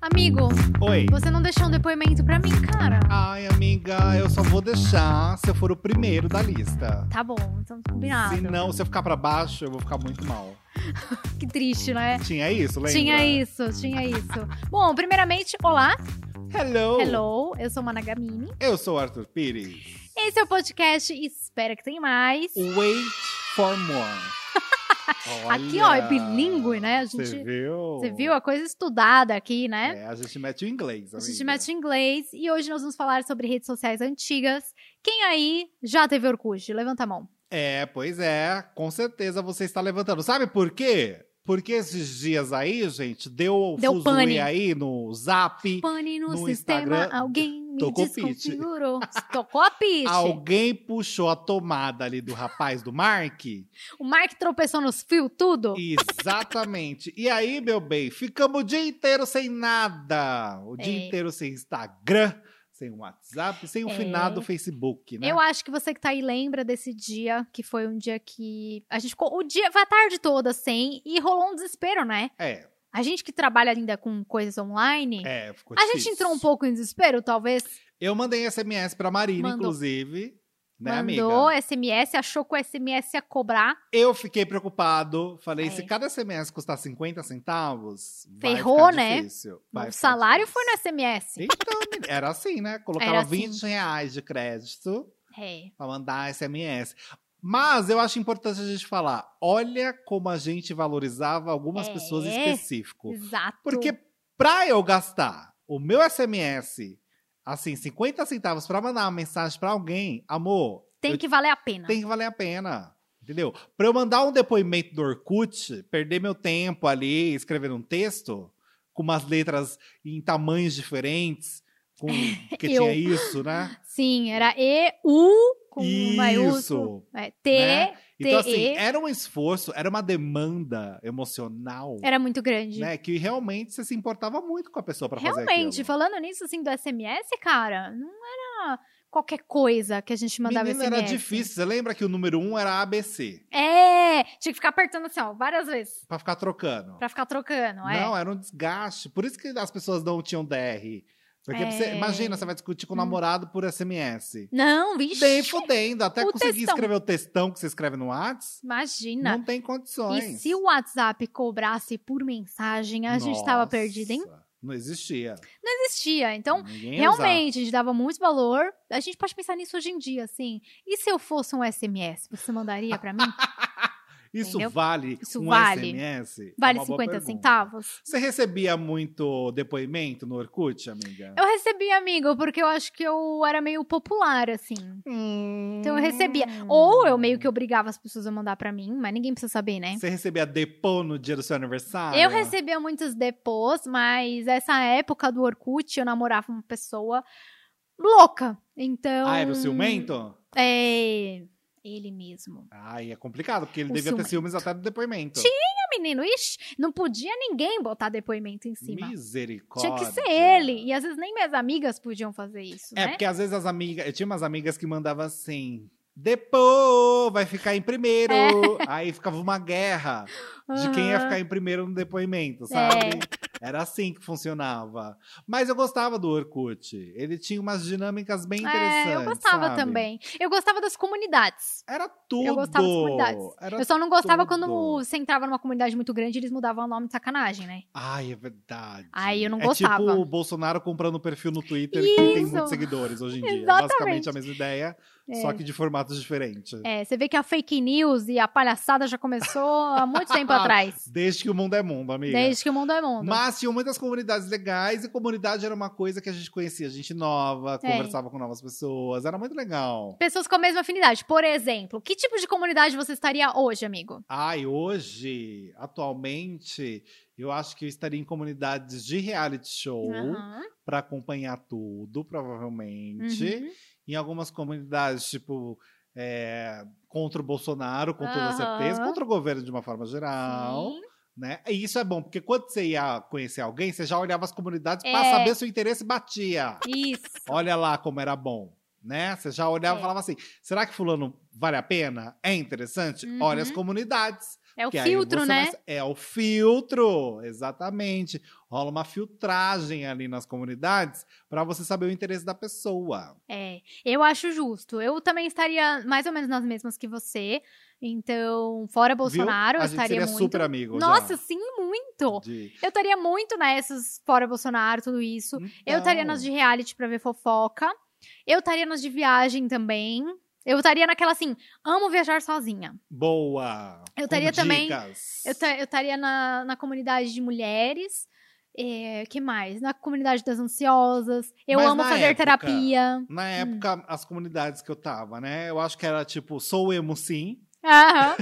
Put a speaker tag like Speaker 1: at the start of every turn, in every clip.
Speaker 1: Amigo,
Speaker 2: Oi.
Speaker 1: você não deixou um depoimento pra mim, cara.
Speaker 2: Ai, amiga, eu só vou deixar se eu for o primeiro da lista.
Speaker 1: Tá bom, então combinado.
Speaker 2: Se não, se eu ficar pra baixo, eu vou ficar muito mal.
Speaker 1: Que triste, né?
Speaker 2: Tinha isso, lembra?
Speaker 1: Tinha isso, tinha isso. Bom, primeiramente, olá.
Speaker 2: Hello.
Speaker 1: Hello, eu sou Mana Gamini.
Speaker 2: Eu sou o Arthur Pires.
Speaker 1: Esse é o podcast Espera que tem mais.
Speaker 2: Wait for more.
Speaker 1: Aqui, ó, é bilíngue, né? A gente-
Speaker 2: Você viu?
Speaker 1: Você viu a coisa estudada aqui, né?
Speaker 2: É, a gente mete o inglês,
Speaker 1: A
Speaker 2: amiga.
Speaker 1: gente mete em inglês e hoje nós vamos falar sobre redes sociais antigas. Quem aí já teve Orkut? Levanta a mão.
Speaker 2: É, pois é. Com certeza você está levantando. Sabe por quê? Porque esses dias aí, gente, deu,
Speaker 1: Deu
Speaker 2: fuzuê
Speaker 1: pane.
Speaker 2: aí no zap.
Speaker 1: Pane no,
Speaker 2: No
Speaker 1: sistema,
Speaker 2: Instagram,
Speaker 1: alguém me
Speaker 2: tocou pitch.
Speaker 1: desconfigurou. Tocou a pitch.
Speaker 2: Alguém puxou a tomada ali do rapaz do Mark.
Speaker 1: O Mark tropeçou nos fios, tudo.
Speaker 2: Exatamente. E aí, meu bem, ficamos o dia inteiro sem nada. O dia
Speaker 1: É.
Speaker 2: inteiro sem Instagram, sem WhatsApp, sem o
Speaker 1: É.
Speaker 2: finado Facebook, né?
Speaker 1: Eu acho que você que tá aí lembra desse dia, que foi um dia que. A gente ficou o dia, foi a tarde toda sem, e rolou um desespero, né?
Speaker 2: É,
Speaker 1: A gente que trabalha ainda com coisas online,
Speaker 2: é, ficou
Speaker 1: a gente
Speaker 2: difícil.
Speaker 1: entrou um pouco em desespero, talvez.
Speaker 2: Eu mandei SMS pra Marina,
Speaker 1: Mandou.
Speaker 2: inclusive. Né,
Speaker 1: Mandou
Speaker 2: amiga?
Speaker 1: SMS, achou que o SMS ia cobrar.
Speaker 2: Eu fiquei preocupado. Falei,
Speaker 1: É.
Speaker 2: se cada SMS custar 50 centavos,
Speaker 1: Ferrou,
Speaker 2: vai ficar
Speaker 1: né?
Speaker 2: difícil. Vai
Speaker 1: o
Speaker 2: ficar
Speaker 1: salário foi
Speaker 2: difícil.
Speaker 1: no SMS.
Speaker 2: Então, menina, era assim, né? Colocava
Speaker 1: Era assim.
Speaker 2: 20 reais de crédito.
Speaker 1: É.
Speaker 2: pra mandar SMS. Mas eu acho importante a gente falar. Olha como a gente valorizava algumas
Speaker 1: É.
Speaker 2: pessoas em específico.
Speaker 1: Exato.
Speaker 2: Porque pra eu gastar o meu SMS, assim, 50 centavos pra mandar uma mensagem pra alguém, amor,
Speaker 1: tem
Speaker 2: eu-
Speaker 1: que valer a pena.
Speaker 2: tem que valer a pena. Entendeu? Pra eu mandar um depoimento do Orkut, perder meu tempo ali escrevendo um texto com umas letras em tamanhos diferentes, com que
Speaker 1: Eu.
Speaker 2: tinha isso, né?
Speaker 1: Sim, era E-U com um maiúsculo.
Speaker 2: isso.
Speaker 1: É, T.
Speaker 2: Né? Então, assim,
Speaker 1: TE.
Speaker 2: era um esforço, era uma demanda emocional,
Speaker 1: Era muito grande.
Speaker 2: né? Que realmente você se importava muito com a pessoa pra fazer
Speaker 1: Realmente,
Speaker 2: aquilo.
Speaker 1: falando nisso assim do SMS, cara, não era qualquer coisa que a gente mandava
Speaker 2: Menina,
Speaker 1: SMS.
Speaker 2: era difícil. Você lembra que o número um era ABC,
Speaker 1: É, tinha que ficar apertando assim, ó, várias vezes
Speaker 2: Pra ficar trocando.
Speaker 1: Pra ficar trocando, é.
Speaker 2: Não, era um desgaste. Por isso que as pessoas não tinham DR. Porque
Speaker 1: É.
Speaker 2: você, imagina, você vai discutir com o
Speaker 1: Hum.
Speaker 2: namorado por SMS.
Speaker 1: Não, vixe.
Speaker 2: Nem fudendo, até
Speaker 1: O
Speaker 2: conseguir
Speaker 1: textão.
Speaker 2: escrever o textão que você escreve no Whats,
Speaker 1: Imagina.
Speaker 2: não tem
Speaker 1: e
Speaker 2: condições.
Speaker 1: se o WhatsApp cobrasse por mensagem, a gente tava
Speaker 2: Nossa,
Speaker 1: perdido, hein?
Speaker 2: Não existia.
Speaker 1: Não existia. Então,
Speaker 2: Ninguém ia usar.
Speaker 1: realmente, a gente dava muito valor. A gente pode pensar nisso hoje em dia, assim. E se eu fosse um SMS, você mandaria pra
Speaker 2: É
Speaker 1: mim?
Speaker 2: Isso
Speaker 1: Entendeu?
Speaker 2: vale
Speaker 1: Isso
Speaker 2: um
Speaker 1: vale.
Speaker 2: SMS? É
Speaker 1: Vale
Speaker 2: uma boa
Speaker 1: 50
Speaker 2: pergunta.
Speaker 1: centavos?
Speaker 2: Você recebia muito depoimento no Orkut, amiga?
Speaker 1: Eu recebi, amigo, porque eu acho que eu era meio popular, assim. Então eu recebia.
Speaker 2: Hum.
Speaker 1: Ou eu meio que obrigava as pessoas a mandar pra mim, mas ninguém precisa saber, né?
Speaker 2: Você recebia depô no dia do seu aniversário?
Speaker 1: Eu recebia muitos depôs, mas essa época do Orkut eu namorava uma pessoa louca. Então.
Speaker 2: Ah, era o ciumento?
Speaker 1: É. Ele mesmo.
Speaker 2: Ai, é complicado, porque
Speaker 1: O
Speaker 2: ele devia ter
Speaker 1: ciumento.
Speaker 2: ciúmes até do depoimento.
Speaker 1: E, menino, ixi, não podia ninguém botar depoimento em cima. Tinha
Speaker 2: Misericórdia.
Speaker 1: que ser ele. E às vezes nem minhas amigas podiam fazer isso,
Speaker 2: É,
Speaker 1: né?
Speaker 2: porque às vezes as amigas. Eu tinha umas amigas que mandavam assim. Depô, vai ficar em primeiro.
Speaker 1: É.
Speaker 2: Aí ficava uma guerra. de quem ia
Speaker 1: Aham. É.
Speaker 2: ficar em primeiro no depoimento, sabe? Era assim que funcionava. Mas eu gostava do Orkut. Ele tinha umas dinâmicas bem interessantes.
Speaker 1: É, eu gostava
Speaker 2: sabe?
Speaker 1: também. Eu gostava das comunidades.
Speaker 2: Era tudo.
Speaker 1: Eu gostava das comunidades.
Speaker 2: Era...
Speaker 1: Eu só não gostava quando
Speaker 2: tudo.
Speaker 1: você entrava numa comunidade muito grande e eles mudavam o nome de sacanagem, né?
Speaker 2: Ai, é verdade.
Speaker 1: Ai, eu não
Speaker 2: É
Speaker 1: gostava.
Speaker 2: tipo o Bolsonaro comprando perfil no Twitter que tem
Speaker 1: Isso.
Speaker 2: muitos seguidores hoje em dia. É
Speaker 1: Exatamente.
Speaker 2: Basicamente a mesma ideia,
Speaker 1: É.
Speaker 2: só que de formatos diferentes.
Speaker 1: É, você vê que a fake news e a palhaçada já começou há muito tempo atrás.
Speaker 2: Desde que o mundo é mundo, amiga.
Speaker 1: Desde que o mundo é mundo.
Speaker 2: Mas tinham muitas comunidades legais e comunidade era uma coisa que a gente conhecia gente nova,
Speaker 1: É.
Speaker 2: conversava com novas pessoas, era muito legal.
Speaker 1: Pessoas com a mesma afinidade. Por exemplo, que tipo de comunidade você estaria hoje, amigo?
Speaker 2: Ai, hoje, atualmente, eu acho que eu estaria em comunidades de reality show
Speaker 1: Aham.
Speaker 2: pra acompanhar tudo, provavelmente.
Speaker 1: Uhum.
Speaker 2: Em algumas comunidades, tipo, é, contra o Bolsonaro, com toda
Speaker 1: Aham.
Speaker 2: certeza, contra o governo de uma forma geral.
Speaker 1: Sim.
Speaker 2: né? E isso é bom, porque quando você ia conhecer alguém, você já olhava as comunidades pra
Speaker 1: É.
Speaker 2: saber se o interesse batia.
Speaker 1: Isso.
Speaker 2: Olha lá como era bom. Né? Você já olhava
Speaker 1: É.
Speaker 2: e falava assim: será que fulano vale a pena? É interessante?
Speaker 1: Uhum.
Speaker 2: Olha as comunidades.
Speaker 1: É o
Speaker 2: Porque aí
Speaker 1: filtro,
Speaker 2: você
Speaker 1: né?
Speaker 2: vai- É o filtro, exatamente. Rola uma filtragem ali nas comunidades para você saber o interesse da pessoa.
Speaker 1: É, eu acho justo. Eu também estaria mais ou menos nas mesmas que você. Então, fora Bolsonaro,
Speaker 2: Viu?
Speaker 1: eu
Speaker 2: A gente
Speaker 1: estaria
Speaker 2: seria
Speaker 1: muito.
Speaker 2: super amigo. já.
Speaker 1: Nossa, sim, muito.
Speaker 2: De-
Speaker 1: Eu estaria muito nessas fora Bolsonaro, tudo isso. Eu
Speaker 2: Então,
Speaker 1: estaria nas de reality pra ver fofoca. Eu estaria nas de viagem também. Eu estaria naquela assim, amo viajar sozinha.
Speaker 2: Boa.
Speaker 1: Eu
Speaker 2: Com
Speaker 1: estaria também-
Speaker 2: dicas.
Speaker 1: Eu ta- eu estaria na, na comunidade de mulheres. É, que mais? Na comunidade das ansiosas. Eu
Speaker 2: Mas
Speaker 1: amo
Speaker 2: na
Speaker 1: fazer
Speaker 2: época,
Speaker 1: terapia.
Speaker 2: Na época, as comunidades que eu tava, né? Eu acho que era tipo, sou emo sim,
Speaker 1: Aham.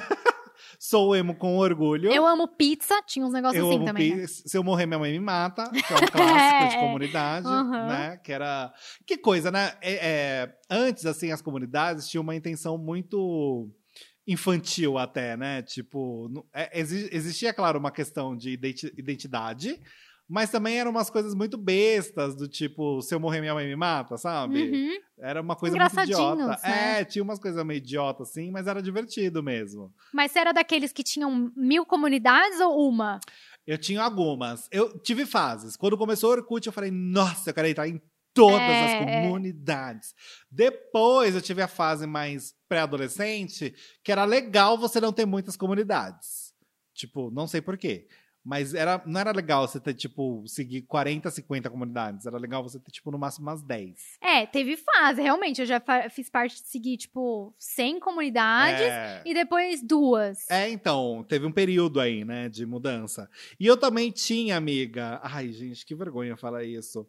Speaker 2: sou emo com orgulho.
Speaker 1: Eu amo pizza, tinha uns negócios
Speaker 2: Eu
Speaker 1: assim
Speaker 2: amo
Speaker 1: também. né?
Speaker 2: pi- Se eu morrer, minha mãe me mata, que é um clássico de
Speaker 1: É.
Speaker 2: comunidade,
Speaker 1: Uhum.
Speaker 2: né? Que era. Que coisa, né? É- é, Antes, assim, as comunidades tinham uma intenção muito infantil até, né? Tipo, nu- é- exi- existia, claro, uma questão de identi- identidade, mas também eram umas coisas muito bestas, do tipo, se eu morrer, minha mãe me mata, sabe?
Speaker 1: Uhum.
Speaker 2: Era uma coisa muito idiota.
Speaker 1: Engraçadinhos, né?
Speaker 2: É, tinha umas coisas meio idiotas, assim, mas era divertido mesmo.
Speaker 1: Mas você era daqueles que tinham mil comunidades ou uma?
Speaker 2: Eu tinha algumas. Eu tive fases. Quando começou o Orkut, eu falei, nossa, eu quero entrar em todas
Speaker 1: É,
Speaker 2: as
Speaker 1: é.
Speaker 2: comunidades. Depois eu tive a fase mais pré-adolescente, que era legal você não ter muitas comunidades. Tipo, não sei por quê. Mas era, não era legal você ter, tipo, seguir 40, 50 comunidades. Era legal você ter, tipo, no máximo umas 10.
Speaker 1: É, teve fase, realmente. Eu já fa- fiz parte de seguir, tipo, 100 comunidades
Speaker 2: É.
Speaker 1: e depois duas.
Speaker 2: É, então, teve um período aí, né, de mudança. E eu também tinha, amiga. Ai, gente, que vergonha falar isso.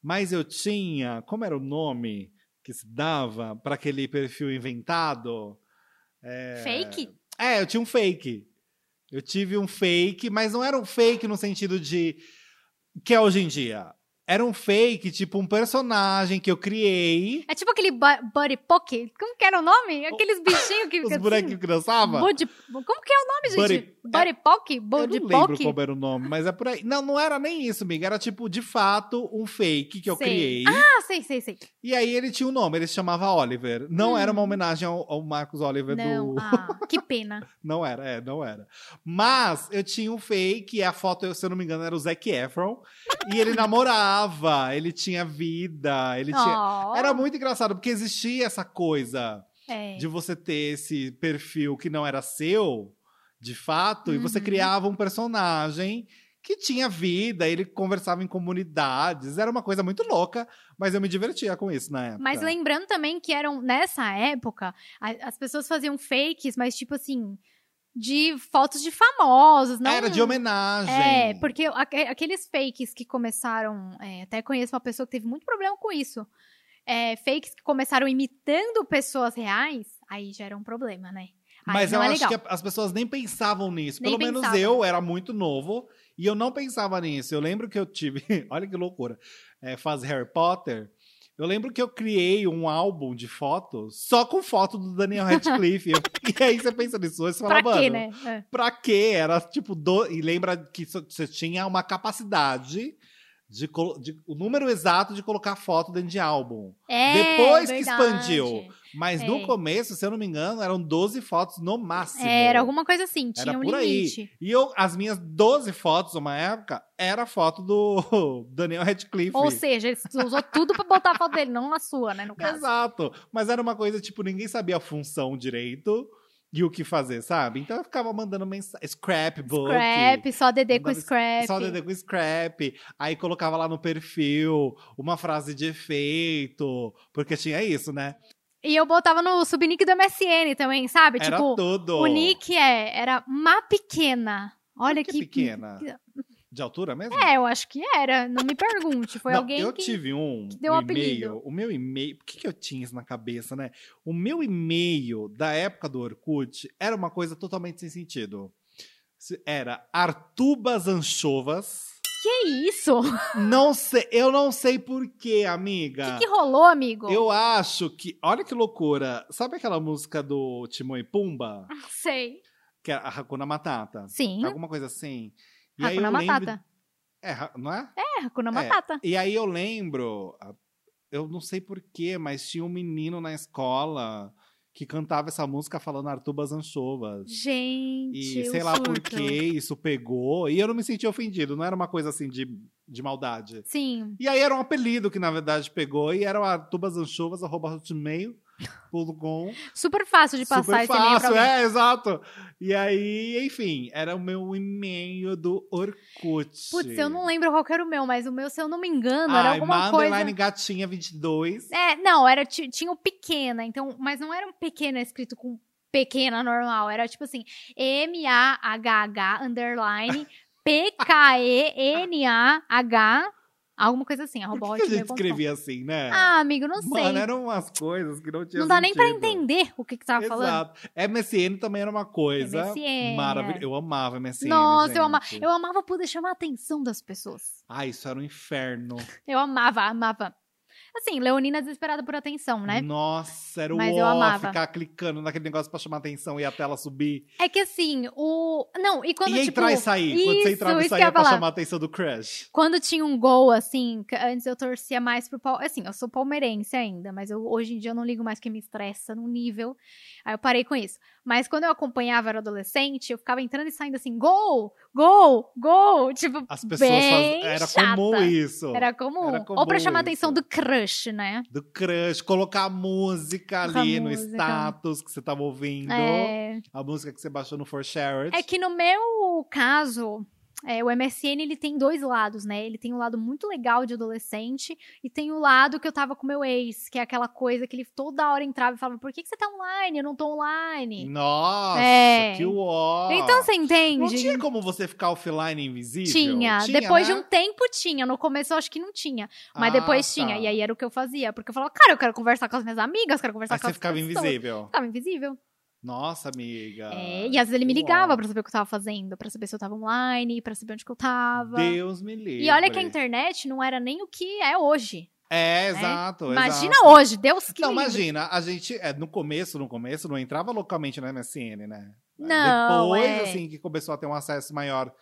Speaker 2: Mas eu tinha, como era o nome que se dava para aquele perfil inventado?
Speaker 1: Fake?
Speaker 2: É, eu tinha um fake. Eu tive um fake, mas não era um fake no sentido de que é hoje em dia. Era um fake, tipo um personagem que eu criei.
Speaker 1: É tipo aquele bu- Buddy Pocket. Como que era o nome? Aqueles bichinhos que. assim,
Speaker 2: Os bonequinhos que dançavam.
Speaker 1: Buddy... Como que é o nome, gente?
Speaker 2: Buddy- É.
Speaker 1: Buddy Pocket?
Speaker 2: Eu
Speaker 1: Buddy
Speaker 2: não lembro
Speaker 1: Pocket?
Speaker 2: como era o nome, mas é por aí. Não, não era nem isso, amiga. Era tipo, de fato, um fake que eu
Speaker 1: Sei.
Speaker 2: criei.
Speaker 1: Ah, sei, sei, sei.
Speaker 2: E aí ele tinha um nome, ele se chamava Oliver. Não
Speaker 1: Hum.
Speaker 2: era uma homenagem ao, ao Marcos Oliver
Speaker 1: Não,
Speaker 2: do.
Speaker 1: ah, que pena.
Speaker 2: Não era, é, não era. Mas eu tinha um fake, e a foto, se eu não me engano, era o Zac Efron. e ele namorava, ele tinha vida, ele tinha.
Speaker 1: Oh,
Speaker 2: Era muito engraçado, porque existia essa coisa
Speaker 1: é.
Speaker 2: de você ter esse perfil que não era seu, de fato, e você
Speaker 1: Uhum.
Speaker 2: criava um personagem que tinha vida, ele conversava em comunidades, era uma coisa muito louca, mas eu me divertia com isso na época.
Speaker 1: Mas lembrando também que eram, nessa época, a- as pessoas faziam fakes, mas tipo assim, de fotos de famosos, não.
Speaker 2: Era de homenagem.
Speaker 1: É, porque aque- aqueles fakes que começaram. é, até conheço uma pessoa que teve muito problema com isso. É, fakes que começaram imitando pessoas reais, aí já era um problema, né? Aí
Speaker 2: Mas
Speaker 1: não
Speaker 2: eu
Speaker 1: é
Speaker 2: acho
Speaker 1: legal.
Speaker 2: que as pessoas nem pensavam nisso.
Speaker 1: Nem
Speaker 2: Pelo menos
Speaker 1: pensavam.
Speaker 2: eu era muito novo e eu não pensava nisso. Eu lembro que eu tive. Olha que loucura. É, faz Harry Potter. Eu lembro que eu criei um álbum de fotos só com foto do Daniel Radcliffe. e aí você pensa nisso. Você fala,
Speaker 1: Pra
Speaker 2: mano,
Speaker 1: quê, né? É.
Speaker 2: pra quê? Era tipo. Do... E lembra que só- você tinha uma capacidade. De, colo- de- o número exato de colocar foto dentro de álbum.
Speaker 1: É,
Speaker 2: Depois que
Speaker 1: verdade.
Speaker 2: expandiu. Mas no
Speaker 1: É.
Speaker 2: começo, se eu não me engano, eram 12 fotos no máximo.
Speaker 1: É, Era alguma coisa assim, tinha um
Speaker 2: por aí.
Speaker 1: limite.
Speaker 2: E eu, as minhas 12 fotos, uma época, era foto do Daniel Radcliffe.
Speaker 1: Ou seja, ele usou tudo pra botar a foto dele, não a sua, né? No caso.
Speaker 2: Exato. Mas era uma coisa, tipo, ninguém sabia a função direito e o que fazer, sabe? Então eu ficava mandando mensagem. Scrapbook.
Speaker 1: Scrap, só DD com
Speaker 2: Mandava
Speaker 1: scrap.
Speaker 2: Só DD com scrap. Aí colocava lá no perfil uma frase de efeito. Porque tinha isso, né?
Speaker 1: E eu botava no subnick do MSN também, sabe?
Speaker 2: era
Speaker 1: tipo,
Speaker 2: tudo.
Speaker 1: o nick é, era má pequena. Olha
Speaker 2: que
Speaker 1: que,
Speaker 2: pequena. De altura mesmo?
Speaker 1: É, eu acho que era. Não me pergunte. Foi
Speaker 2: Não,
Speaker 1: alguém
Speaker 2: eu
Speaker 1: que.
Speaker 2: tive um,
Speaker 1: deu
Speaker 2: um
Speaker 1: o apelido.
Speaker 2: e-mail. O meu e-mail. Por que, que eu tinha isso na cabeça, né? O meu e-mail da época do Orkut era uma coisa totalmente sem sentido. Se- Era Artubas Anchovas.
Speaker 1: Que isso? O
Speaker 2: Não sei, eu não sei porquê, amiga.
Speaker 1: que, que rolou, amigo?
Speaker 2: Ah, eu acho que. Olha que loucura. Sabe aquela música do Timão e Pumba?
Speaker 1: Sei.
Speaker 2: Que era a Hakuna Matata?
Speaker 1: Ah. Sim.
Speaker 2: Alguma coisa assim. E aí
Speaker 1: Hakuna
Speaker 2: eu lembro-
Speaker 1: Matata.
Speaker 2: É, ha- não é?
Speaker 1: É, Hakuna
Speaker 2: É.
Speaker 1: Matata.
Speaker 2: E aí eu ah, lembro, a- eu não sei porquê, mas tinha um menino na escola que cantava essa música falando Artubas Anchovas.
Speaker 1: Gente,
Speaker 2: E sei
Speaker 1: o
Speaker 2: lá por
Speaker 1: surto.
Speaker 2: que isso pegou. E eu não me senti ofendido, não era uma coisa assim de, de maldade.
Speaker 1: Sim.
Speaker 2: E aí era um apelido que, na verdade, pegou e era o Artubas Anchovas, arroba hotmail.com.
Speaker 1: Super fácil de passar
Speaker 2: Super
Speaker 1: esse e-mail pra
Speaker 2: fácil,
Speaker 1: alguém.
Speaker 2: é, exato. E aí, enfim, era o meu e-mail do Orkut.
Speaker 1: Putz, eu não lembro qual que era o meu, mas o meu, se eu não me engano, era
Speaker 2: Ai,
Speaker 1: alguma coisa...
Speaker 2: Mandeline Gatinha 22.
Speaker 1: É, não, era ti- tinha o pequena, então, mas não era um pequena escrito com pequena normal, era tipo assim, M A H H underline P K E N A H alguma coisa assim,
Speaker 2: Por
Speaker 1: arroba
Speaker 2: que, que a gente
Speaker 1: hotmail.com.
Speaker 2: escrevia assim, né?
Speaker 1: Ah, amigo, não sei.
Speaker 2: Mano, eram umas coisas que não tinha
Speaker 1: não dá nem pra
Speaker 2: sentido.
Speaker 1: entender o que que tava falando.
Speaker 2: Exato. MSN também era uma coisa
Speaker 1: MSN,
Speaker 2: maravilhosa.
Speaker 1: é.
Speaker 2: Eu amava MSN.
Speaker 1: Nossa, eu
Speaker 2: gente.
Speaker 1: amava, eu amava poder chamar a atenção das pessoas.
Speaker 2: Ah, isso era um inferno.
Speaker 1: Eu amava, amava. Assim, Leonina desesperada por atenção, né?
Speaker 2: Uhum. Nossa, era o
Speaker 1: Mas eu
Speaker 2: ó,
Speaker 1: amava.
Speaker 2: ficar clicando naquele negócio pra chamar atenção e a tela subir.
Speaker 1: É que assim, o não, e quando
Speaker 2: e
Speaker 1: tipo
Speaker 2: entrar e sair. Quando
Speaker 1: isso,
Speaker 2: você entrava
Speaker 1: isso
Speaker 2: e
Speaker 1: que eu
Speaker 2: saía
Speaker 1: ia
Speaker 2: pra
Speaker 1: falar.
Speaker 2: chamar a atenção do Crash.
Speaker 1: Quando tinha um gol, assim, que antes eu torcia mais pro Palmeiras. Assim, eu sou palmeirense ainda, mas eu, hoje em dia eu não ligo mais que me estressa num nível. Aí eu parei com isso. Mas quando eu acompanhava, era adolescente, eu ficava entrando e saindo assim, gol, gol, gol. Tipo,
Speaker 2: As pessoas
Speaker 1: bem
Speaker 2: faziam. Era
Speaker 1: chata.
Speaker 2: comum isso.
Speaker 1: Era comum.
Speaker 2: Era
Speaker 1: Ou pra
Speaker 2: comum
Speaker 1: chamar a
Speaker 2: isso.
Speaker 1: atenção do crush, né?
Speaker 2: Do Crush, colocar a música
Speaker 1: Colocar
Speaker 2: ali
Speaker 1: a
Speaker 2: no
Speaker 1: música.
Speaker 2: status que você tava ouvindo.
Speaker 1: É,
Speaker 2: A música que você baixou no For Shared.
Speaker 1: é que no meu caso. é, o MSN ele tem dois lados, né? Ele tem um lado muito legal de adolescente e tem o lado que eu tava com meu ex, que é aquela coisa que ele toda hora entrava e falava: por que, que você tá online? Eu não tô online.
Speaker 2: Nossa,
Speaker 1: É.
Speaker 2: que uó!
Speaker 1: Então você entende?
Speaker 2: Não tinha como você ficar offline invisível?
Speaker 1: Tinha. Depois de
Speaker 2: né?
Speaker 1: um tempo tinha. No começo eu acho que não tinha. Mas
Speaker 2: Ah,
Speaker 1: depois
Speaker 2: tá.
Speaker 1: tinha. E aí era o que eu fazia. Porque eu falava, cara, eu quero conversar com as minhas amigas, quero conversar
Speaker 2: Aí
Speaker 1: com
Speaker 2: você
Speaker 1: as
Speaker 2: ficava
Speaker 1: pessoas.
Speaker 2: invisível. Ah,
Speaker 1: Ficava invisível.
Speaker 2: Nossa, amiga.
Speaker 1: É, e às vezes ele me
Speaker 2: que
Speaker 1: ligava
Speaker 2: uó.
Speaker 1: pra saber o que eu tava fazendo, pra saber se eu tava online, pra saber onde que eu tava.
Speaker 2: Deus me livre.
Speaker 1: E olha que é a internet não era nem o que é hoje.
Speaker 2: É, exato.
Speaker 1: imagina
Speaker 2: exato.
Speaker 1: hoje, Deus que
Speaker 2: Não,
Speaker 1: me livre.
Speaker 2: imagina, a gente, é, no começo, no começo, não entrava localmente na MSN, né?
Speaker 1: Não,
Speaker 2: Depois,
Speaker 1: é.
Speaker 2: assim, que começou a ter um acesso maior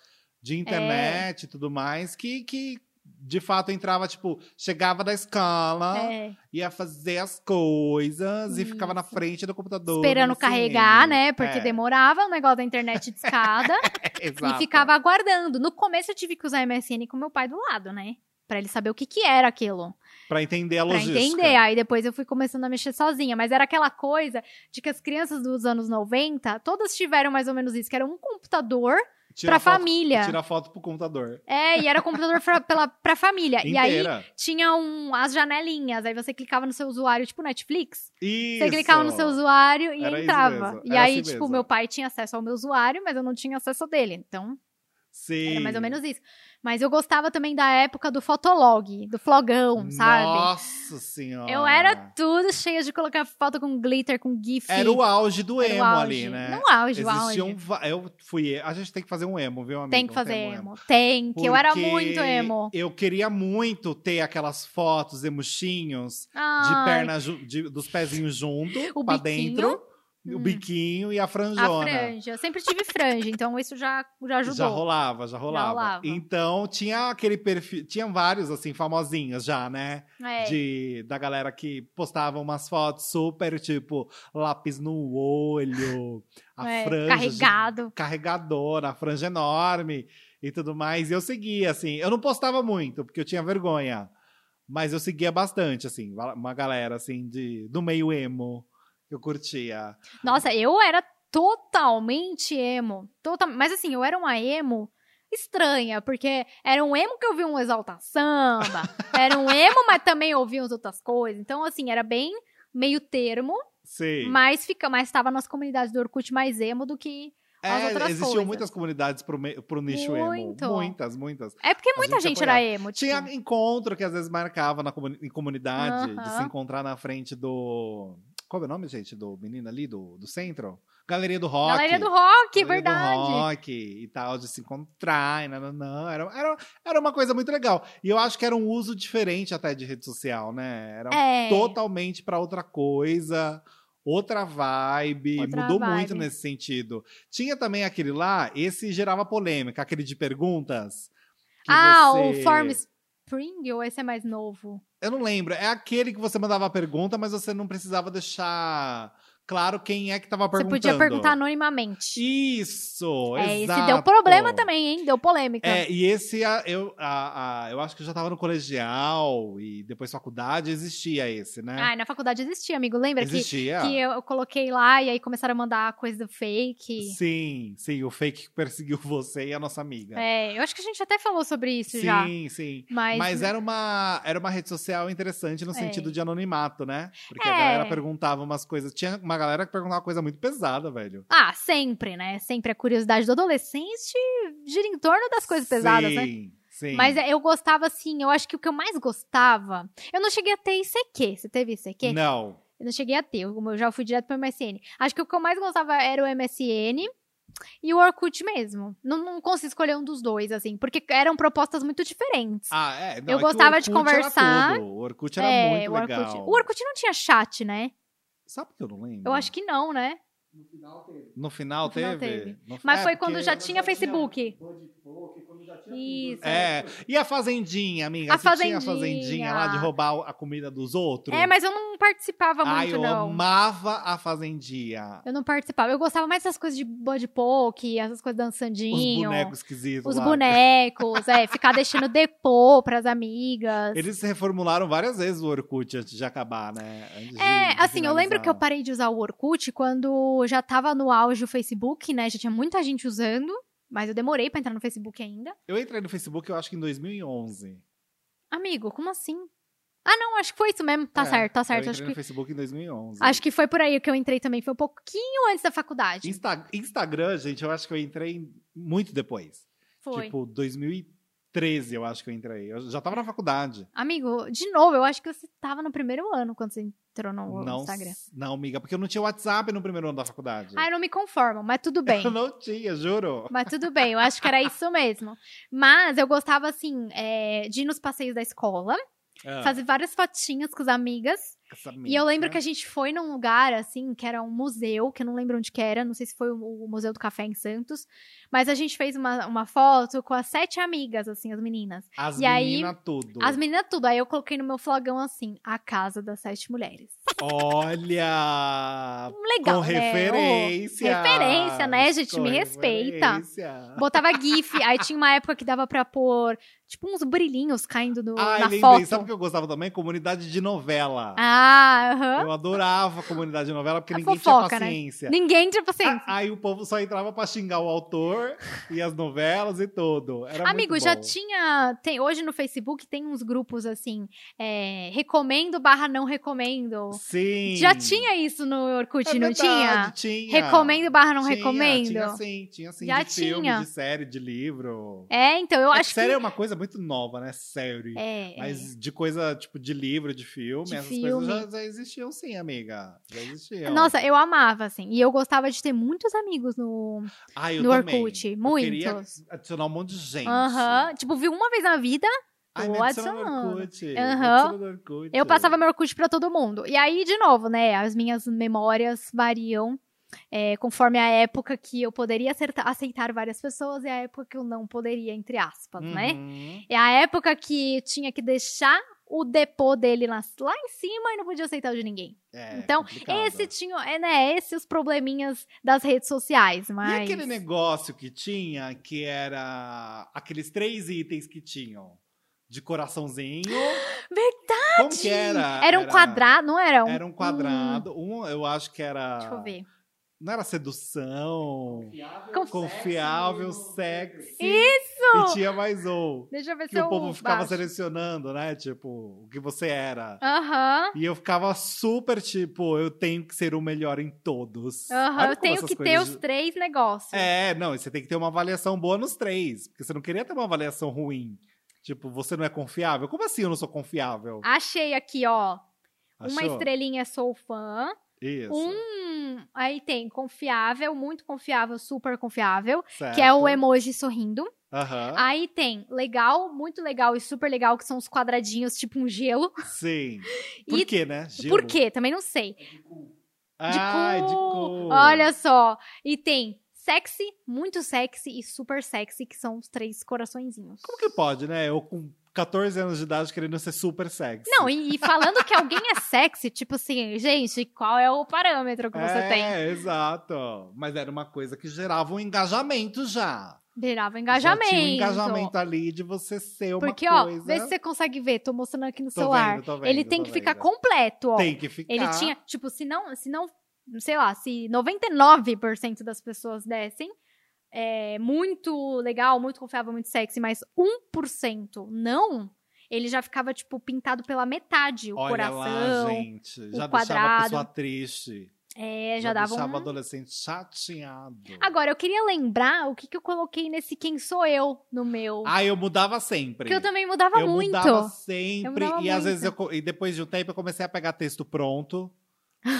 Speaker 2: de internet e tudo mais, que, que de fato entrava, tipo, chegava da escola,
Speaker 1: É,
Speaker 2: ia fazer as coisas e ficava na frente do computador.
Speaker 1: esperando
Speaker 2: no
Speaker 1: carregar,
Speaker 2: MSN.
Speaker 1: né? Porque
Speaker 2: assim, É,
Speaker 1: demorava o negócio da internet de escada.
Speaker 2: exato.
Speaker 1: E ficava aguardando. No começo eu tive que usar MSN com meu pai do lado, né? Pra ele saber o que, que era aquilo.
Speaker 2: Pra entender a
Speaker 1: Pra
Speaker 2: logística.
Speaker 1: entender. Aí depois eu fui começando a mexer sozinha. Mas era aquela coisa de que as crianças dos anos 90, todas tiveram mais ou menos isso, que era um computador
Speaker 2: Tira
Speaker 1: pra
Speaker 2: foto-
Speaker 1: família.
Speaker 2: Tira foto pro computador.
Speaker 1: É, e era computador pra, pela, pra família. É, E aí
Speaker 2: Inteira.
Speaker 1: tinha um, as janelinhas, aí você clicava no seu usuário, tipo Netflix.
Speaker 2: Isso.
Speaker 1: Você clicava no seu usuário e
Speaker 2: Era isso
Speaker 1: entrava.
Speaker 2: mesmo,
Speaker 1: E
Speaker 2: era
Speaker 1: aí,
Speaker 2: assim
Speaker 1: tipo,
Speaker 2: mesmo.
Speaker 1: meu pai tinha acesso ao meu usuário, mas eu não tinha acesso ao dele. Então,
Speaker 2: Sim.
Speaker 1: Era mais ou menos isso. Mas eu gostava também da época do fotolog, do flogão, um, sabe?
Speaker 2: Nossa senhora.
Speaker 1: Eu era tudo cheia de colocar foto com glitter, com gif.
Speaker 2: Era o auge do
Speaker 1: Era
Speaker 2: emo
Speaker 1: o
Speaker 2: ali,
Speaker 1: auge.
Speaker 2: né?
Speaker 1: Não auge, o auge.
Speaker 2: Existiam va- Eu fui. A gente tem que fazer um emo, viu, amigo?
Speaker 1: Tem que fazer
Speaker 2: Temos
Speaker 1: emo. Tem, que eu era
Speaker 2: Porque
Speaker 1: muito emo.
Speaker 2: Eu queria muito ter aquelas fotos emuchinhos de
Speaker 1: Ai,
Speaker 2: perna ju- de- dos pezinhos junto,
Speaker 1: O
Speaker 2: pra
Speaker 1: biquinho.
Speaker 2: dentro,
Speaker 1: Hum.
Speaker 2: o biquinho e a
Speaker 1: A
Speaker 2: franjona.
Speaker 1: franja. Eu sempre tive franja, então isso já, já ajudou.
Speaker 2: Já rolava, já rolava.
Speaker 1: rolava.
Speaker 2: Então tinha aquele perfil, tinha vários assim famosinhos já, né?
Speaker 1: É.
Speaker 2: De da galera que postava umas fotos super tipo lápis no olho, a
Speaker 1: é,
Speaker 2: franja
Speaker 1: Carregado.
Speaker 2: carregadora, a franja enorme e tudo mais. E eu seguia assim, eu não postava muito porque eu tinha vergonha, mas eu seguia bastante assim, uma galera assim de do meio emo que eu curtia.
Speaker 1: Nossa, eu era totalmente emo. Total... Mas assim, eu era uma emo estranha, porque era um emo que eu ouvia um Exalta Samba, era um emo, mas também ouvia umas outras coisas. Então, assim, era bem meio termo,
Speaker 2: Sim.
Speaker 1: mas fica, mas estava nas comunidades do Orkut mais emo do que... as
Speaker 2: É,
Speaker 1: outras
Speaker 2: existiam
Speaker 1: coisas.
Speaker 2: muitas comunidades pro, me- pro nicho
Speaker 1: Muito.
Speaker 2: emo. Muitas, muitas.
Speaker 1: É porque muita
Speaker 2: gente
Speaker 1: gente, era emo, tipo,
Speaker 2: Tinha encontro que às vezes marcava na comuni- em comunidade de
Speaker 1: Aham.
Speaker 2: se encontrar na frente do. Qual é o nome, gente? Do menino ali, do, do centro? Galeria do Rock.
Speaker 1: Galeria do Rock,
Speaker 2: Galeria do
Speaker 1: verdade.
Speaker 2: rock e tal, de se encontrar, e não, Era, era, era uma coisa muito legal. E eu acho que era um uso diferente até de rede social, né? Era
Speaker 1: É,
Speaker 2: totalmente pra outra coisa, outra vibe.
Speaker 1: Outra
Speaker 2: mudou
Speaker 1: vibe.
Speaker 2: muito nesse sentido. Tinha também aquele lá, esse gerava polêmica, aquele de perguntas. que
Speaker 1: ah,
Speaker 2: você-
Speaker 1: o Form Spring, ou esse é mais novo?
Speaker 2: Eu não lembro. É aquele que você mandava a pergunta, mas você não precisava deixar claro quem é que tava
Speaker 1: Você
Speaker 2: perguntando.
Speaker 1: podia perguntar anonimamente.
Speaker 2: Isso,
Speaker 1: é,
Speaker 2: exato.
Speaker 1: esse deu problema também, hein? Deu polêmica.
Speaker 2: É, e esse, a- eu, a- a- eu acho que eu já tava no colegial e depois faculdade, existia esse, né?
Speaker 1: Ah, na faculdade existia, amigo. Lembra que,
Speaker 2: existia.
Speaker 1: que eu, eu coloquei lá e aí começaram a mandar coisa fake?
Speaker 2: Sim, sim, o fake que perseguiu você e a nossa amiga.
Speaker 1: É, eu acho que a gente até falou sobre isso
Speaker 2: sim,
Speaker 1: já.
Speaker 2: sim.
Speaker 1: Mas,
Speaker 2: Mas é era uma, era uma rede social interessante no
Speaker 1: É.
Speaker 2: sentido de anonimato, né? Porque a
Speaker 1: É.
Speaker 2: galera perguntava umas coisas. Tinha uma galera que perguntava uma coisa muito pesada, velho.
Speaker 1: Ah, sempre, né? Sempre a curiosidade do adolescente gira em torno das coisas pesadas, né?
Speaker 2: Sim, sim.
Speaker 1: Mas eu gostava, assim, eu acho que o que eu mais gostava. Eu não cheguei a ter ICQ. Você teve ICQ?
Speaker 2: Não.
Speaker 1: Eu não cheguei a ter, eu já fui direto pro MSN. Acho que o que eu mais gostava era o MSN e o Orkut mesmo. Não, não consigo escolher um dos dois, assim, porque eram propostas muito diferentes.
Speaker 2: Ah, é. não,
Speaker 1: Eu
Speaker 2: é que o
Speaker 1: gostava de
Speaker 2: Orkut era
Speaker 1: conversar. É,
Speaker 2: tudo, O Orkut era muito
Speaker 1: o Orkut.
Speaker 2: legal.
Speaker 1: O Orkut não tinha chat, né?
Speaker 2: Sabe que eu não lembro?
Speaker 1: Eu acho que não, né?
Speaker 3: No final teve.
Speaker 2: No final,
Speaker 1: No final
Speaker 2: teve?
Speaker 1: teve.
Speaker 2: No fi-
Speaker 1: Mas
Speaker 2: é,
Speaker 1: foi quando
Speaker 2: porque-
Speaker 1: já tinha Facebook.
Speaker 2: um
Speaker 3: Bud Pouco, quando já tinha
Speaker 1: Isso.
Speaker 3: tudo.
Speaker 2: É. E a Fazendinha, amiga?
Speaker 1: A
Speaker 2: Você tinha
Speaker 1: Fazendinha.
Speaker 2: a Fazendinha lá de roubar a comida dos outros?
Speaker 1: É, mas eu não participava
Speaker 2: Ai,
Speaker 1: muito,
Speaker 2: eu
Speaker 1: não.
Speaker 2: amava a Fazendinha.
Speaker 1: Eu não participava. Eu gostava mais dessas coisas de body poke, essas coisas
Speaker 2: Os
Speaker 1: dançandinho.
Speaker 2: bonecos esquisitos
Speaker 1: Os
Speaker 2: lá.
Speaker 1: bonecos, é, ficar deixando depô pras amigas.
Speaker 2: Eles reformularam várias vezes o Orkut antes de acabar, né? Antes de-
Speaker 1: É,
Speaker 2: de
Speaker 1: assim, eu lembro que eu
Speaker 2: finalizar.
Speaker 1: parei de usar o Orkut quando já tava no auge o Facebook, né? Já tinha muita gente usando, mas eu demorei pra entrar no Facebook ainda.
Speaker 2: Eu entrei no Facebook, eu acho que em 2011.
Speaker 1: Amigo, como assim? Ah, não, acho que foi isso mesmo. Tá
Speaker 2: É,
Speaker 1: certo, tá
Speaker 2: eu
Speaker 1: certo.
Speaker 2: entrei
Speaker 1: Acho
Speaker 2: no
Speaker 1: que,
Speaker 2: Facebook em 2011.
Speaker 1: acho que foi por aí que eu entrei também. Foi um pouquinho antes da faculdade.
Speaker 2: Insta- Instagram, gente, eu acho que eu entrei muito depois.
Speaker 1: foi.
Speaker 2: Tipo, 2013 eu acho que eu entrei. Eu já tava na faculdade.
Speaker 1: Amigo, de novo, eu acho que você tava no primeiro ano quando você entrou no
Speaker 2: não,
Speaker 1: Instagram.
Speaker 2: não, amiga, porque eu não tinha WhatsApp no primeiro ano da faculdade.
Speaker 1: Ah, eu não me conformo, mas tudo bem.
Speaker 2: Eu não tinha, juro.
Speaker 1: Mas tudo bem, eu acho que era isso mesmo. Mas eu gostava, assim, é, de ir nos passeios da escola,
Speaker 2: Ah.
Speaker 1: fazer várias fotinhas com as amigas. E eu lembro que a gente foi num lugar, assim, que era um museu, que eu não lembro onde que era, não sei se foi o, o Museu do Café em Santos. Mas a gente fez uma, uma foto com as sete amigas, assim, as meninas.
Speaker 2: As
Speaker 1: e aí-
Speaker 2: meninas tudo.
Speaker 1: As meninas tudo. Aí eu coloquei no meu flagão, assim, a casa das sete mulheres.
Speaker 2: Olha!
Speaker 1: Legal, né? Ô,
Speaker 2: com referência.
Speaker 1: referência, né, gente? Me respeita. Botava GIF, aí tinha uma época que dava pra pôr, tipo, uns brilhinhos caindo no, na
Speaker 2: Ah, lembrei.
Speaker 1: foto.
Speaker 2: Sabe o que eu gostava também? Comunidade de novela.
Speaker 1: Ah, aham.
Speaker 2: Eu adorava comunidade de novela porque
Speaker 1: A
Speaker 2: ninguém
Speaker 1: fofoca,
Speaker 2: tinha
Speaker 1: né?
Speaker 2: paciência.
Speaker 1: Ninguém, tipo assim.
Speaker 2: A- Aí o povo só entrava pra xingar o autor e as novelas e tudo. Era
Speaker 1: Amigo,
Speaker 2: Tá muito
Speaker 1: já
Speaker 2: bom.
Speaker 1: tinha. Tem, hoje no Facebook tem uns grupos assim. é, recomendo barra não recomendo.
Speaker 2: Sim.
Speaker 1: Já tinha isso no Orkut,
Speaker 2: É
Speaker 1: não
Speaker 2: verdade,
Speaker 1: tinha?
Speaker 2: tinha?
Speaker 1: Recomendo barra não
Speaker 2: Tinha,
Speaker 1: recomendo.
Speaker 2: Tinha sim, tinha sim.
Speaker 1: Já
Speaker 2: de filme,
Speaker 1: tinha.
Speaker 2: de série, de livro.
Speaker 1: É, então, eu
Speaker 2: É que
Speaker 1: acho
Speaker 2: série
Speaker 1: que.
Speaker 2: é uma coisa muito nova, né? Série.
Speaker 1: É, é.
Speaker 2: Mas de coisa, tipo, de livro, de filme,
Speaker 1: De
Speaker 2: essas
Speaker 1: filme.
Speaker 2: coisas já, já existiam sim, amiga. Já existiam.
Speaker 1: Nossa, eu amava, assim. E eu gostava de ter muitos amigos no,
Speaker 2: ah, eu
Speaker 1: no
Speaker 2: também.
Speaker 1: Orkut.
Speaker 2: Eu queria
Speaker 1: muitos.
Speaker 2: adicionar um monte de gente.
Speaker 1: Aham. Tipo, vi uma vez na vida,
Speaker 2: Ai,
Speaker 1: tô
Speaker 2: me adiciona no
Speaker 1: adicionando.
Speaker 2: Orkut. me
Speaker 1: Aham.
Speaker 2: adiciona no Orkut.
Speaker 1: eu passava meu Orkut pra todo mundo. E aí, de novo, né? As minhas memórias variam é, conforme a época que eu poderia acerta- aceitar várias pessoas e a época que eu não poderia, entre aspas, né?
Speaker 2: Uhum.
Speaker 1: É a época que tinha que deixar o depô dele lá, lá em cima e não podia aceitar o de ninguém.
Speaker 2: É,
Speaker 1: Então,
Speaker 2: complicado.
Speaker 1: Esse tinha, é, né? Esses os probleminhas das redes sociais, mas.
Speaker 2: E aquele negócio que tinha, que era aqueles três itens que tinham? De coraçãozinho. Verdade! Como que era?
Speaker 1: Era um quadrado, não era? Um,
Speaker 2: Era um quadrado. Um, eu acho que era.
Speaker 1: Deixa eu ver.
Speaker 2: Não era sedução.
Speaker 1: Com-
Speaker 2: Confiável, sexy. E tinha mais um.
Speaker 1: Deixa eu ver
Speaker 2: Que
Speaker 1: se
Speaker 2: o
Speaker 1: eu
Speaker 2: povo ficava
Speaker 1: é baixo.
Speaker 2: selecionando, né? Tipo, o que você era.
Speaker 1: Aham.
Speaker 2: E eu ficava super tipo, eu tenho que ser o melhor em todos.
Speaker 1: Aham,
Speaker 2: Olha
Speaker 1: eu
Speaker 2: como
Speaker 1: tenho
Speaker 2: essas
Speaker 1: que ter
Speaker 2: coisas-
Speaker 1: os três negócios.
Speaker 2: É, não, e você tem que ter uma avaliação boa nos três. Porque você não queria ter uma avaliação ruim. Tipo, você não é confiável? Como assim eu não sou confiável?
Speaker 1: Achei aqui, ó. Uma
Speaker 2: Achou?
Speaker 1: estrelinha é sou fã.
Speaker 2: Isso.
Speaker 1: Um, aí tem confiável, muito confiável, super confiável,
Speaker 2: certo. Tá.
Speaker 1: que é o emoji sorrindo.
Speaker 2: Aham.
Speaker 1: Aí tem legal, muito legal e super legal, que são os quadradinhos, tipo um gelo.
Speaker 2: Sim. Por
Speaker 1: E-
Speaker 2: quê, né? Gelo.
Speaker 1: Por quê? Também não sei.
Speaker 3: De cu.
Speaker 1: De
Speaker 2: Ah,
Speaker 1: cu.
Speaker 2: de cu.
Speaker 1: Olha só. E tem sexy, muito sexy e super sexy, que são os três coraçõezinhos.
Speaker 2: Como que pode, né? Eu com 14 anos de idade querendo ser super sexy.
Speaker 1: Não, e, e falando que alguém é sexy, tipo assim, gente, qual é o parâmetro que você
Speaker 2: é,
Speaker 1: tem?
Speaker 2: exato. Mas era uma coisa que gerava um engajamento já.
Speaker 1: Virava
Speaker 2: Já
Speaker 1: engajamento.
Speaker 2: tinha um engajamento ali de você ser uma
Speaker 1: Porque, ó,
Speaker 2: coisa.
Speaker 1: vê se você consegue ver, tô mostrando aqui no
Speaker 2: Tô
Speaker 1: celular.
Speaker 2: vendo, tô vendo,
Speaker 1: Ele tem
Speaker 2: tô
Speaker 1: que ficar
Speaker 2: vendo.
Speaker 1: completo, ó.
Speaker 2: Tem que ficar.
Speaker 1: Ele tinha, tipo, se não, se não, sei lá, se 99% das pessoas dessem, é muito legal, muito confiável, muito sexy, mas 1% não, ele já ficava, tipo, pintado pela metade, o
Speaker 2: Olha
Speaker 1: coração.
Speaker 2: lá, gente. Já deixava a
Speaker 1: quadrado.
Speaker 2: pessoa triste.
Speaker 1: é, já, dava
Speaker 2: deixava o
Speaker 1: um...
Speaker 2: adolescente chateado.
Speaker 1: Agora, eu queria lembrar o que, que eu coloquei nesse Quem Sou Eu no meu.
Speaker 2: Ah, eu mudava sempre.
Speaker 1: Porque eu também mudava
Speaker 2: eu
Speaker 1: muito.
Speaker 2: mudava sempre.
Speaker 1: Eu mudava
Speaker 2: e às
Speaker 1: muito.
Speaker 2: vezes eu, co- e depois de um tempo eu comecei a pegar texto pronto.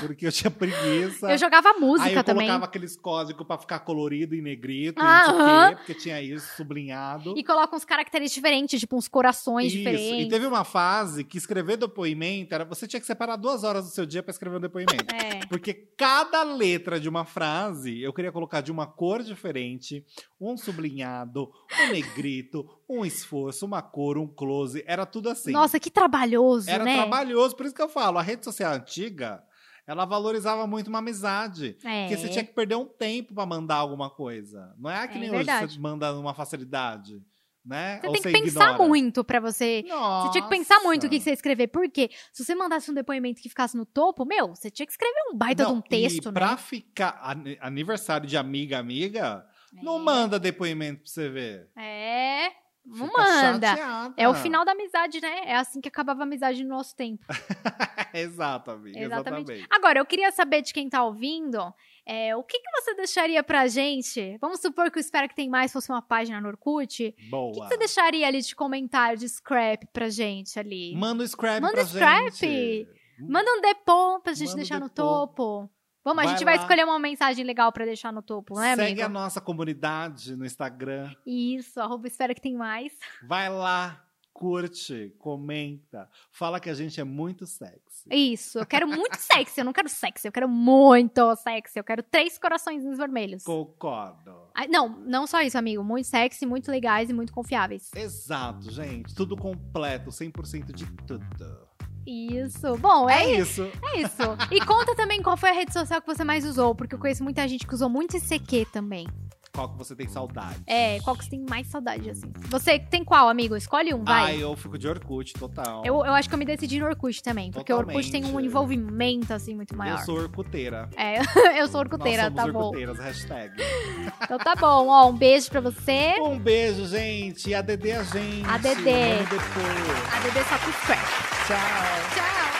Speaker 2: Porque eu tinha preguiça.
Speaker 1: Eu jogava música
Speaker 2: Aí Ah, eu
Speaker 1: também.
Speaker 2: colocava aqueles códigos pra ficar colorido e negrito,
Speaker 1: Ah,
Speaker 2: e não sei o quê,
Speaker 1: aham.
Speaker 2: porque tinha isso sublinhado.
Speaker 1: E coloca uns caracteres diferentes, tipo uns corações
Speaker 2: Isso.
Speaker 1: diferentes.
Speaker 2: E teve uma fase que escrever depoimento era você tinha que separar duas horas do seu dia pra escrever um depoimento.
Speaker 1: É.
Speaker 2: Porque cada letra de uma frase eu queria colocar de uma cor diferente, um sublinhado, um negrito, um esforço, uma cor, um close. Era tudo assim.
Speaker 1: Nossa, que trabalhoso,
Speaker 2: era
Speaker 1: né?
Speaker 2: trabalhoso, por isso que eu falo, a rede social antiga, ela valorizava muito uma amizade.
Speaker 1: É.
Speaker 2: Porque você tinha que perder um tempo pra mandar alguma coisa. Não é que
Speaker 1: É
Speaker 2: nem hoje que você
Speaker 1: verdade.
Speaker 2: manda numa facilidade, né?
Speaker 1: Você
Speaker 2: Ou
Speaker 1: tem que
Speaker 2: você
Speaker 1: pensar
Speaker 2: ignora.
Speaker 1: muito pra você.
Speaker 2: Nossa.
Speaker 1: Você tinha que pensar muito o que que você ia escrever. Por quê? Se você mandasse um depoimento que ficasse no topo, meu, você tinha que escrever um baita
Speaker 2: Não,
Speaker 1: de um texto,
Speaker 2: e
Speaker 1: né?
Speaker 2: pra ficar ani- aniversário de amiga, amiga, não
Speaker 1: É.
Speaker 2: manda depoimento pra você ver.
Speaker 1: É. Não
Speaker 2: Fica
Speaker 1: manda.
Speaker 2: chateada.
Speaker 1: É o final da amizade, né? É assim que acabava a amizade no nosso tempo.
Speaker 2: Exato, amiga. Exatamente.
Speaker 1: Exatamente. Agora, eu queria saber de quem tá ouvindo, é, o que, que você deixaria pra gente? Vamos supor que o Espera Que Tem Mais fosse uma página no Orkut. O que,
Speaker 2: Boa.
Speaker 1: que você deixaria ali de comentário, de scrap pra gente ali?
Speaker 2: Manda o scrap
Speaker 1: Manda
Speaker 2: pra
Speaker 1: o scrap.
Speaker 2: gente.
Speaker 1: Manda um depô pra gente
Speaker 2: Manda um
Speaker 1: deixar no
Speaker 2: depô.
Speaker 1: topo. Vamos, a
Speaker 2: Vai
Speaker 1: gente vai
Speaker 2: lá.
Speaker 1: escolher uma mensagem legal pra deixar no topo, né,
Speaker 2: Segue a
Speaker 1: amigo?
Speaker 2: nossa comunidade no Instagram.
Speaker 1: Isso, arroba espero que tem mais.
Speaker 2: Vai lá, curte, comenta. Fala que a gente é muito sexy.
Speaker 1: Isso, eu quero muito sexy, eu não quero sexy, eu quero muito sexy, eu quero três coraçõezinhos vermelhos.
Speaker 2: Concordo.
Speaker 1: Ah, não, não só isso, amigo. Muito sexy, muito legais e muito confiáveis.
Speaker 2: Exato, gente. Tudo completo, 100% de tudo.
Speaker 1: Isso. Bom, é,
Speaker 2: isso.
Speaker 1: é isso. E conta também qual foi a rede social que você mais usou, porque eu conheço muita gente que usou muito ICQ também.
Speaker 2: Qual que você tem saudade?
Speaker 1: É, qual que você tem mais saudade, assim. Você tem qual, amigo? Escolhe um, vai.
Speaker 2: Ah, eu fico de Orkut, total.
Speaker 1: Eu, eu acho que eu me decidi no Orkut também, porque o Orkut tem um
Speaker 2: Totalmente.
Speaker 1: envolvimento, assim, muito
Speaker 2: Eu
Speaker 1: maior.
Speaker 2: sou orcuteira.
Speaker 1: É, eu sou orcuteira,
Speaker 2: Nós somos
Speaker 1: tá bom.
Speaker 2: orcuteiras, hashtag.
Speaker 1: Então tá bom, ó, um beijo pra você.
Speaker 2: Um beijo, gente. ADD a gente.
Speaker 1: ADD.
Speaker 2: Vamos depois.
Speaker 1: A bebê Saco Fresh.
Speaker 2: Tchau.
Speaker 1: Tchau!